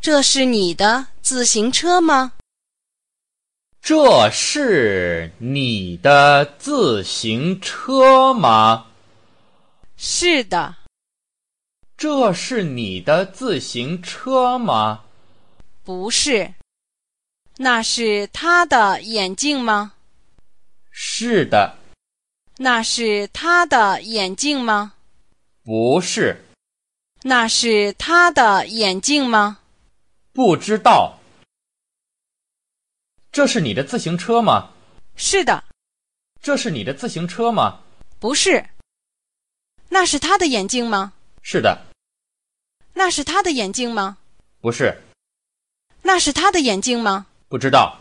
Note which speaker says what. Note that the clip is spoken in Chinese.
Speaker 1: 这是你的自行车吗？
Speaker 2: 这是你的自行车吗？
Speaker 1: 是的，
Speaker 2: 这是你的自行车吗？
Speaker 1: 不是。那是他的眼镜吗？
Speaker 2: 是的，
Speaker 1: 那是他的眼镜吗？
Speaker 2: 不是，
Speaker 1: 那是他的眼镜吗？
Speaker 2: 不知道。这是你的自行车吗？
Speaker 1: 是的，
Speaker 2: 这是你的自行车吗？
Speaker 1: 不是。那是他的眼镜吗？
Speaker 2: 是的，
Speaker 1: 那是他的眼镜吗？
Speaker 2: 不是，
Speaker 1: 那是他的眼镜吗？
Speaker 2: 不知道。